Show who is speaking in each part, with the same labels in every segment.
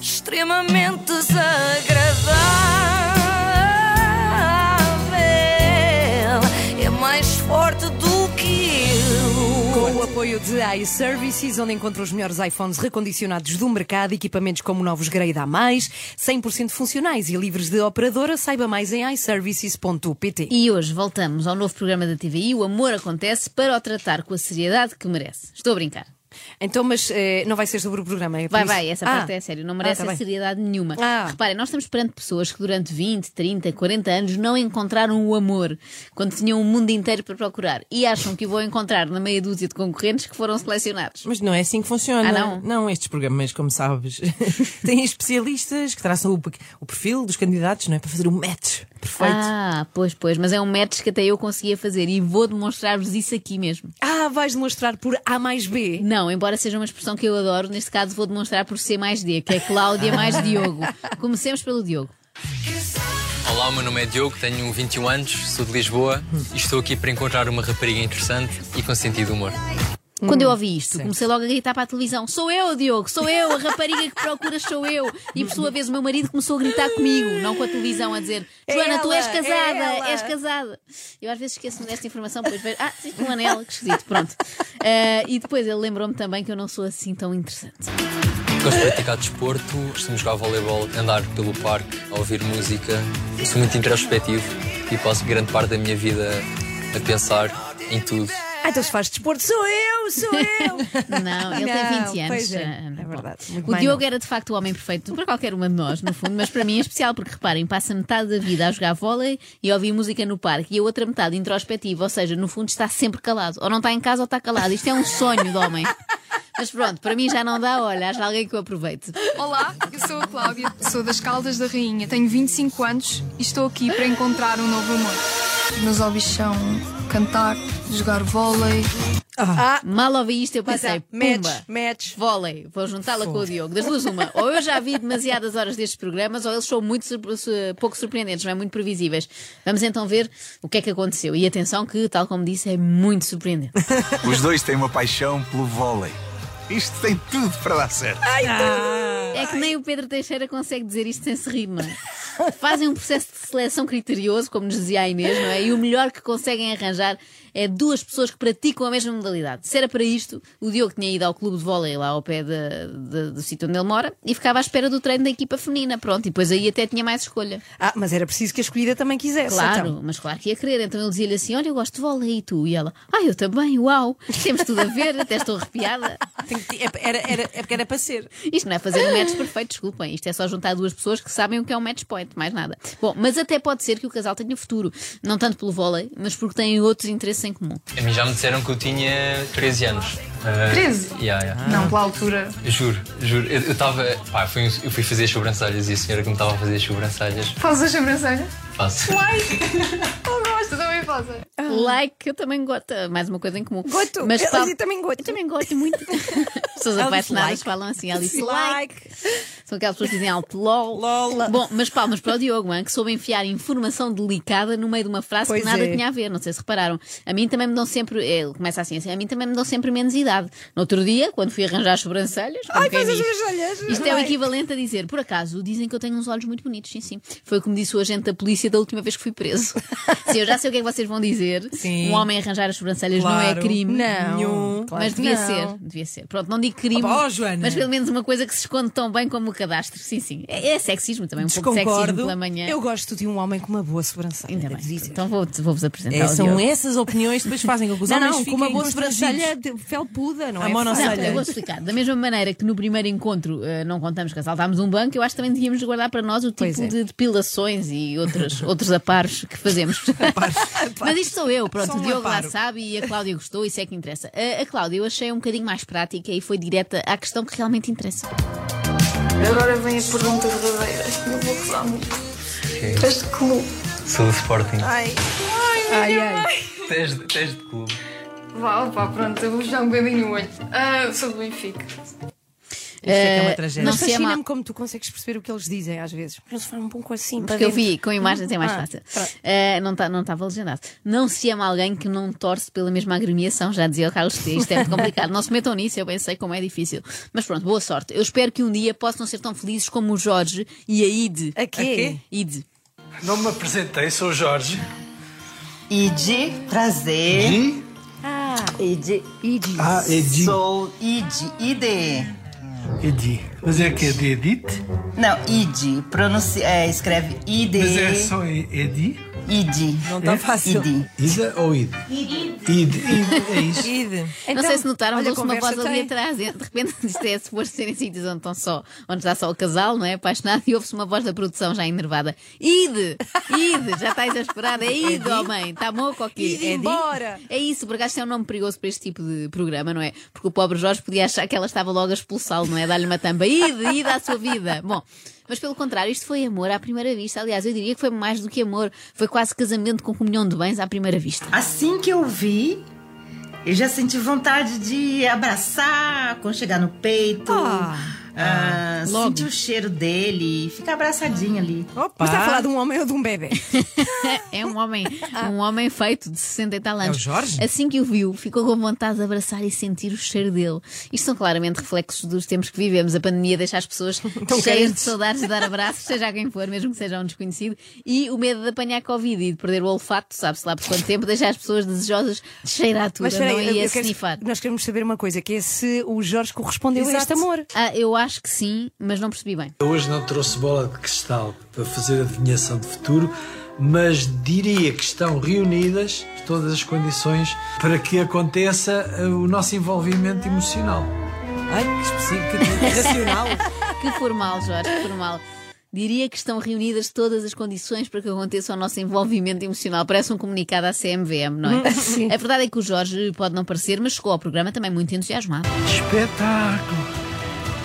Speaker 1: extremamente desagradável. É mais forte do que
Speaker 2: Com o
Speaker 1: eu.
Speaker 2: apoio de iServices, onde encontra os melhores iPhones recondicionados do mercado, equipamentos como novos grade A+, 100% funcionais e livres de operadora, saiba mais em iServices.pt.
Speaker 3: E hoje voltamos ao novo programa da TVI, O Amor Acontece, para o tratar com a seriedade que merece. Estou a brincar.
Speaker 2: Então, mas eh, não vai ser sobre o programa, é por
Speaker 3: Vai,
Speaker 2: isso?
Speaker 3: vai, essa
Speaker 2: Ah.
Speaker 3: parte é sério, não merece
Speaker 2: Ah, tá bem.
Speaker 3: seriedade nenhuma.
Speaker 2: Ah.
Speaker 3: Reparem, nós estamos perante pessoas que durante 20, 30, 40 anos não encontraram o amor quando tinham o mundo inteiro para procurar e acham que o vão encontrar na meia dúzia de concorrentes que foram selecionados.
Speaker 4: Mas não é assim que funciona.
Speaker 3: Ah, não?
Speaker 4: estes programas, como sabes, têm especialistas que traçam o, pe- o perfil dos candidatos, não é? Para fazer o match perfeito.
Speaker 3: Ah, pois, pois, mas é um match que até eu conseguia fazer e vou demonstrar-vos isso aqui mesmo.
Speaker 2: Ah, vais demonstrar por A mais B.
Speaker 3: Não, embora seja uma expressão que eu adoro, neste caso vou demonstrar por C mais D, que é Cláudia mais Diogo. Comecemos pelo Diogo.
Speaker 5: Olá, o meu nome é Diogo, tenho 21 anos, sou de Lisboa e estou aqui para encontrar uma rapariga interessante e com sentido de humor.
Speaker 3: Quando
Speaker 2: Hum,
Speaker 3: eu ouvi isto, comecei logo a gritar para a televisão: Sou eu, Diogo, sou eu, a rapariga que procuras sou eu. E por sua vez o meu marido começou a gritar comigo, não com a televisão, a dizer: Joana, tu és
Speaker 2: ela, é
Speaker 3: casada,
Speaker 2: ela."
Speaker 3: és casada. Eu às vezes esqueço-me desta informação, depois vejo: Ah, sim, com um anel, que esquisito, pronto. Eh, e depois ele lembrou-me também que eu não sou assim tão interessante.
Speaker 5: Gosto de praticar desporto, costumo jogar voleibol, andar pelo parque, ouvir música. Sou muito introspectivo e passo grande parte da minha vida a pensar em tudo.
Speaker 2: Ah, então se faz desporto, sou eu, sou eu.
Speaker 3: Não, ele tem
Speaker 2: Não,
Speaker 3: 20 anos.
Speaker 2: pois é,
Speaker 3: ah,
Speaker 2: é verdade,
Speaker 3: bom.
Speaker 2: muito
Speaker 3: O
Speaker 2: mais
Speaker 3: Diogo
Speaker 2: novo.
Speaker 3: era de facto o homem perfeito para qualquer uma de nós, no fundo, mas para mim é especial porque reparem, passa metade da vida a jogar vôlei e a ouvir música no parque e a outra metade introspectiva, ou seja, no fundo está sempre calado. Ou não está em casa ou está calado. Isto é um sonho de homem. Mas pronto, para mim já não dá, olha, haja alguém que o aproveite.
Speaker 6: Olá, eu sou a Cláudia, sou das Caldas da Rainha, tenho 25 anos e estou aqui para encontrar um novo amor. Os meus hobbies são cantar, jogar vôlei.
Speaker 3: Mal ouvi isto, eu
Speaker 2: Mas
Speaker 3: passei,
Speaker 2: há match,
Speaker 3: pumba.
Speaker 2: match.
Speaker 3: Vôlei, vou juntá-la com o Diogo. Das duas, uma. Ou eu já vi demasiadas horas destes programas, ou eles são muito surpre- su- pouco surpreendentes, não é? Muito previsíveis. Vamos então ver o que é que aconteceu. E atenção, que, tal como disse, é muito surpreendente.
Speaker 7: Os dois têm uma paixão pelo vôlei. Isto tem tudo para dar certo.
Speaker 3: É que nem o Pedro Teixeira consegue dizer isto sem se rir, não é? Fazem um processo de seleção criterioso, como nos dizia a Inês, não é? E o melhor que conseguem arranjar é duas pessoas que praticam a mesma modalidade. Se era para isto, o Diogo tinha ido ao clube de vôlei lá ao pé da- da- do sítio onde ele mora e ficava à espera do treino da equipa feminina, pronto. E depois aí até tinha mais escolha.
Speaker 2: Ah, mas era preciso que a escolhida também quisesse.
Speaker 3: Claro,
Speaker 2: então.
Speaker 3: mas claro que ia querer. Então ele dizia-lhe assim: Olha, eu gosto de vôlei e tu? E ela: Ah, eu também, uau, temos tudo a ver, até estou arrepiada.
Speaker 2: Ah,
Speaker 4: Tem que- é- era, era, é porque era para ser.
Speaker 3: Isto não é fazer um match perfeito, desculpem. Isto é só juntar duas pessoas que sabem o que é um match point, mais nada. Bom, mas até pode ser que o casal tenha futuro. Não tanto pelo vôlei, mas porque têm outros interesses em comum.
Speaker 5: A mim já me disseram que eu tinha 13 anos. Ah,
Speaker 6: 13?
Speaker 5: Yeah, yeah.
Speaker 6: Não, pela altura.
Speaker 5: Juro, juro. Eu estava. Pá, foi um- eu fui fazer as sobrancelhas e a senhora que me estava a fazer as sobrancelhas.
Speaker 6: Fazes a Oh, sobrancelha?
Speaker 5: Faço.
Speaker 6: Ai! Eu gosto, também fazes.
Speaker 3: Like, eu também gosto. Mais uma coisa em comum.
Speaker 2: Ah. Gosto,
Speaker 3: Mas
Speaker 2: ela
Speaker 3: Paulo-
Speaker 2: dizia também gosto.
Speaker 3: Eu também gosto muito. As pessoas
Speaker 4: Ela
Speaker 3: apaixonadas
Speaker 4: dislike.
Speaker 3: falam assim, ela disse like.
Speaker 2: Like.
Speaker 3: São aquelas pessoas que dizem alto lol.
Speaker 4: Lol.
Speaker 3: Bom, mas palmas para o Diogo, hein, que soube enfiar informação delicada no meio de uma frase
Speaker 2: Pois
Speaker 3: que nada
Speaker 2: é.
Speaker 3: tinha a ver. Não sei se repararam. A mim também me dão sempre. Ele começa assim, assim, a mim também me dão sempre menos idade. No outro dia, quando fui arranjar as sobrancelhas. um como
Speaker 2: Ai,
Speaker 3: quem
Speaker 2: faz as
Speaker 3: diz,
Speaker 2: minhas olhas.
Speaker 3: Isto é o equivalente a dizer, por acaso, dizem que eu tenho uns olhos muito bonitos, sim, sim. Foi como disse o agente da polícia da última vez que fui preso. sim, eu já sei o que é que vocês vão dizer.
Speaker 4: Sim.
Speaker 3: Um homem arranjar as sobrancelhas não é
Speaker 4: Claro.
Speaker 3: crime.
Speaker 2: Não.
Speaker 4: Nenhum.
Speaker 2: Claro
Speaker 3: mas
Speaker 2: que
Speaker 3: devia
Speaker 2: não.
Speaker 3: ser, devia ser. Pronto, não digo crime,
Speaker 4: Opa, ó, Joana.
Speaker 3: mas pelo menos uma coisa que se esconde tão bem como o cadastro. Sim, sim. É, é sexismo também, um pouco de sexismo
Speaker 4: Desconcordo.
Speaker 3: pela manhã.
Speaker 2: Eu gosto de um homem com uma boa sobrancelha.
Speaker 3: Ainda bem.
Speaker 2: devo dizer.
Speaker 3: Então vou- vou-vos apresentar.
Speaker 4: É,
Speaker 3: ao
Speaker 4: são
Speaker 3: Diogo.
Speaker 4: essas opiniões que depois fazem com que os
Speaker 2: Não,
Speaker 4: homens
Speaker 2: não, com
Speaker 4: fiquem
Speaker 2: uma boa
Speaker 4: constrangidos.
Speaker 2: sobrancelha de felpuda, não
Speaker 4: A
Speaker 2: é?
Speaker 4: monocelha.
Speaker 3: Não, eu vou explicar. Da mesma maneira que no primeiro encontro eh, não contamos que assaltámos um banco, eu acho que também devíamos guardar para nós o
Speaker 2: Pois
Speaker 3: tipo
Speaker 2: é.
Speaker 3: de depilações e outros, outros aparos que fazemos. Mas isto sou eu, pronto.
Speaker 4: Só um
Speaker 3: o Diogo lá
Speaker 4: aparo.
Speaker 3: sabe e a Cláudia gostou, isso é que interessa. A, a Cláudia eu achei um bocadinho mais prática e foi direta à questão que realmente interessa.
Speaker 6: Agora vem a pergunta verdadeira. Eu vou gozar muito.
Speaker 5: Ok.
Speaker 6: És de clube?
Speaker 5: Sou do Sporting.
Speaker 2: Ai, ai.
Speaker 5: Tens de- tens de clube.
Speaker 6: Vá, pá, pronto, eu vou já um bebê no olho. Ah, sou do Benfica.
Speaker 4: é que é uma
Speaker 3: Eh,
Speaker 4: tragédia.
Speaker 3: não
Speaker 2: Mas
Speaker 3: se ama-
Speaker 2: fascina-me como tu consegues perceber o que eles dizem às vezes. Eles falam um pouco assim. para
Speaker 3: Porque eu
Speaker 2: dentro.
Speaker 3: vi com imagens é mais
Speaker 2: Ah,
Speaker 3: fácil.
Speaker 2: pronto.
Speaker 3: Eh, não estava não estava legendado. Não se ama alguém que não torce pela mesma agremiação, já dizia o Carlos T. Isto é muito complicado. não se metam nisso, eu bem sei como é difícil. Mas pronto, boa sorte. Eu espero que um dia possam ser tão felizes como o Jorge e a Ide.
Speaker 2: A quê? A quê?
Speaker 3: Ide.
Speaker 8: Não me apresentei, sou o Jorge.
Speaker 9: E de prazer. Ah. E de. Id.
Speaker 8: Ah, Edi.
Speaker 9: Sou Id. Id.
Speaker 8: Edi. Mas é que é de Edith?
Speaker 9: Não, Id. Pronuncia, é, escreve Id.
Speaker 8: Mas é só É? E- Edi?
Speaker 9: Id.
Speaker 4: Não tá fácil.
Speaker 9: Id.
Speaker 8: Ida ou Id? Id. Id, é isso.
Speaker 4: Ide.
Speaker 3: não sei se notaram, mas
Speaker 2: Então, olha,
Speaker 3: ouço uma voz
Speaker 2: conversa
Speaker 3: ali
Speaker 2: tem.
Speaker 3: atrás. De repente, isto é suposto serem sítios onde, estão só, onde está só o casal, não é? Apaixonado, e ouve-se uma voz da produção já enervada. Ide! Ide! Já está exasperada. É Ide, homem! Está moco ou
Speaker 2: Ide
Speaker 3: quê? É Di?
Speaker 2: embora.
Speaker 3: É isso, porque acho que é um nome perigoso para este tipo de programa, não é? Porque o pobre Jorge podia achar que ela estava logo a expulsá-lo, não é? Dar-lhe uma tamba. Ide, ide à sua vida. Bom. Mas pelo contrário, isto foi amor à primeira vista. Aliás, eu diria que foi mais do que amor. Foi quase casamento com comunhão de bens à primeira vista.
Speaker 9: Assim que eu vi, eu já senti vontade de abraçar, aconchegar no peito. ah,
Speaker 3: logo.
Speaker 9: sentir o cheiro dele, ficar abraçadinha ali.
Speaker 2: Mas está a falar de um homem ou de um bebê?
Speaker 3: É um homem, um homem feito de 60 e tal anos.
Speaker 4: É o Jorge?
Speaker 3: Assim que o viu, ficou com vontade de abraçar e sentir o cheiro dele. Isto são claramente reflexos dos tempos que vivemos. A pandemia deixa as pessoas
Speaker 2: Então é
Speaker 3: cheias de
Speaker 4: carentes.
Speaker 3: saudades de dar abraços, seja a quem for, mesmo que seja um desconhecido. E o medo de apanhar Covid e de perder o olfato, sabe-se lá por quanto tempo, deixa as pessoas desejosas de cheirar tudo,
Speaker 2: espera
Speaker 3: não
Speaker 2: aí,
Speaker 3: é? E
Speaker 2: eu
Speaker 3: a
Speaker 2: quero-
Speaker 3: snifar.
Speaker 2: nós queremos saber uma coisa: que é se o Jorge correspondeu a este
Speaker 4: Exato.
Speaker 2: amor.
Speaker 3: Ah, eu acho que sim, mas não percebi bem.
Speaker 8: Eu hoje não trouxe bola de cristal para fazer adivinhação de futuro, mas diria que estão reunidas todas as condições para que aconteça eh, o nosso envolvimento emocional.
Speaker 4: Ai, que específico, que racional.
Speaker 3: Que formal, Jorge, que formal. Diria que estão reunidas todas as condições para que aconteça o nosso envolvimento emocional. Parece um comunicado à CMVM, não é?
Speaker 2: Hum, Sim.
Speaker 3: A verdade é que o Jorge pode não parecer, mas chegou ao programa também muito entusiasmado.
Speaker 8: Espetáculo!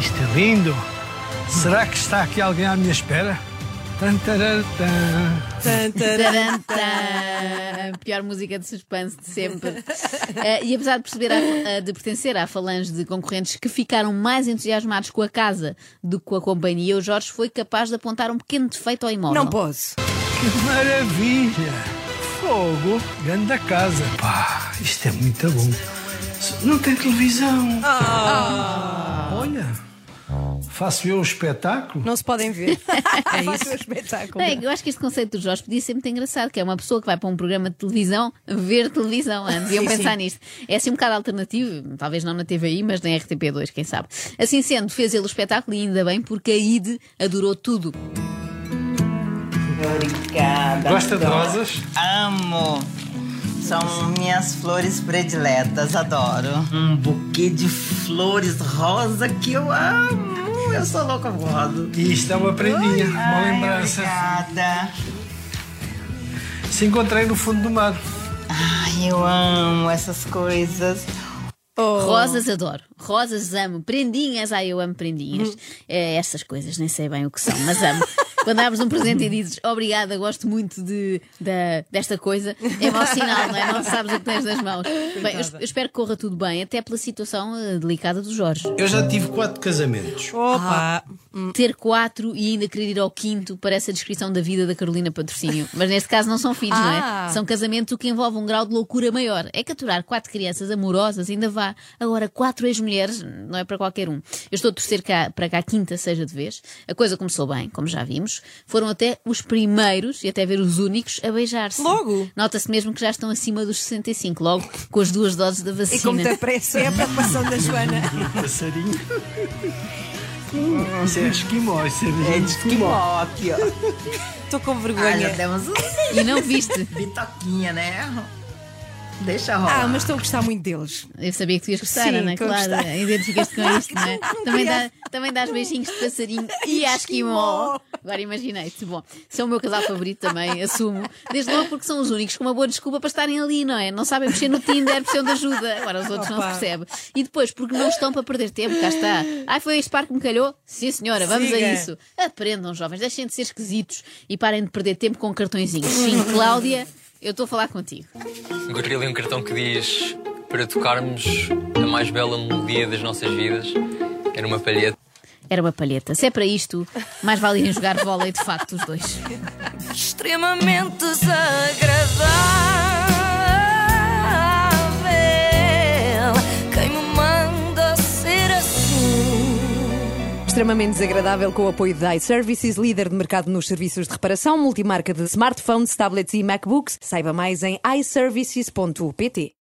Speaker 8: Isto é lindo! Será que está aqui alguém à minha espera? Tantarantã.
Speaker 4: Tan, taran.
Speaker 3: Tarantã! Pior música de suspense de sempre. Eh, e apesar de, perceber à- eh, de pertencer à falange de concorrentes que ficaram mais entusiasmados com a casa do que com a companhia, o Jorge foi capaz de apontar um pequeno defeito ao imóvel.
Speaker 2: Não posso.
Speaker 8: Que maravilha! Fogo! Grande da casa! Pá, isto é muito bom! Não tem televisão!
Speaker 9: Ah.
Speaker 8: Olha! Faço eu o espetáculo?
Speaker 2: Não se podem ver. é isso. o espetáculo.
Speaker 3: Não, é que eu acho que este conceito do Jorge podia ser muito engraçado, que é uma pessoa que vai para um programa de televisão ver televisão. Ah, Deviam pensar nisto. É assim um bocado alternativo, talvez não na TVI, mas na RTP2, quem sabe. Assim sendo, fez ele o espetáculo e ainda bem, porque a Ide adorou tudo.
Speaker 9: Obrigada.
Speaker 8: Gosta de
Speaker 9: adoro.
Speaker 8: rosas?
Speaker 9: Amo. São minhas flores prediletas, adoro. Um buquê de flores rosa que eu amo. Eu sou louca por rosa.
Speaker 8: E isto é uma prendinha, uma
Speaker 9: Ai,
Speaker 8: lembrança.
Speaker 9: Obrigada.
Speaker 8: Se encontrei no fundo do mar.
Speaker 9: Ai, eu amo essas coisas.
Speaker 3: Rosas adoro, rosas amo, prendinhas, ai eu amo prendinhas. Eh, essas coisas, nem sei bem o que são, mas amo. Quando abres um presente e dizes obrigada, gosto muito de, da- desta coisa, é mau sinal, não é? Não sabes o que tens nas mãos. Bem, eu, es- eu espero que corra tudo bem, até pela situação eh, delicada do Jorge.
Speaker 10: Eu já tive quatro casamentos.
Speaker 4: Opa!
Speaker 3: Ter quatro e ainda querer ir ao quinto parece a descrição da vida da Carolina Patrocínio. Mas neste caso não são filhos, não
Speaker 2: Ah.
Speaker 3: é? São casamentos o que envolve um grau de loucura maior. É que aturar quatro crianças amorosas ainda vá. Agora, quatro ex-mulheres não é para qualquer um. Eu estou a torcer cá- para que a quinta seja de vez. A coisa começou bem, como já vimos. Foram até os primeiros e até ver os únicos a beijar-se.
Speaker 4: Logo?
Speaker 3: Nota-se mesmo que já estão acima dos 65, logo com as duas doses da
Speaker 2: E
Speaker 3: vacina.
Speaker 2: como te apressa, é a preocupação da Joana.
Speaker 8: Passarinho. Isso é esquimó, isso é
Speaker 9: É
Speaker 8: mesmo
Speaker 9: de esquimó aqui, ó.
Speaker 4: Estou com
Speaker 9: Ai,
Speaker 4: vergonha.
Speaker 9: já demos um
Speaker 3: E não viste?
Speaker 9: bitoquinha, né? Deixa rolar.
Speaker 2: Ah, mas estou a gostar muito deles.
Speaker 3: Eu sabia que tu ias gostar,
Speaker 2: Sim,
Speaker 3: Ana,
Speaker 2: que eu
Speaker 3: claro.
Speaker 2: gostava.
Speaker 3: Identificaste com isto, não é?
Speaker 2: Não
Speaker 3: Também,
Speaker 2: queria-
Speaker 3: dá, também dás beijinhos de passarinho e a esquimó. Agora imaginei-te. Bom, são o meu casal favorito também, assumo. Desde logo porque são os únicos com uma boa desculpa para estarem ali, não é? Não sabem mexer no Tinder, precisam de ajuda. Agora os outros não se percebe. E depois, porque não estão para perder tempo, cá está. Ai, foi este par que me calhou? Sim, senhora, vamos a
Speaker 4: Siga.
Speaker 3: isso. Aprendam, jovens, deixem de ser esquisitos e parem de perder tempo com cartõezinhos. Sim, Cláudia, eu estou a falar contigo.
Speaker 5: Encontrei ali um cartão que diz para tocarmos a mais bela melodia das nossas vidas. Era uma palheta.
Speaker 3: Era uma palheta. Se é para isto, mais vale irem jogar vôlei de facto os dois.
Speaker 1: extremamente desagradável. Quem me manda ser assim?
Speaker 2: Extremamente desagradável com o apoio da iServices, líder de mercado nos serviços de reparação, multimarca de smartphones, tablets e MacBooks. Saiba mais em iServices.pt.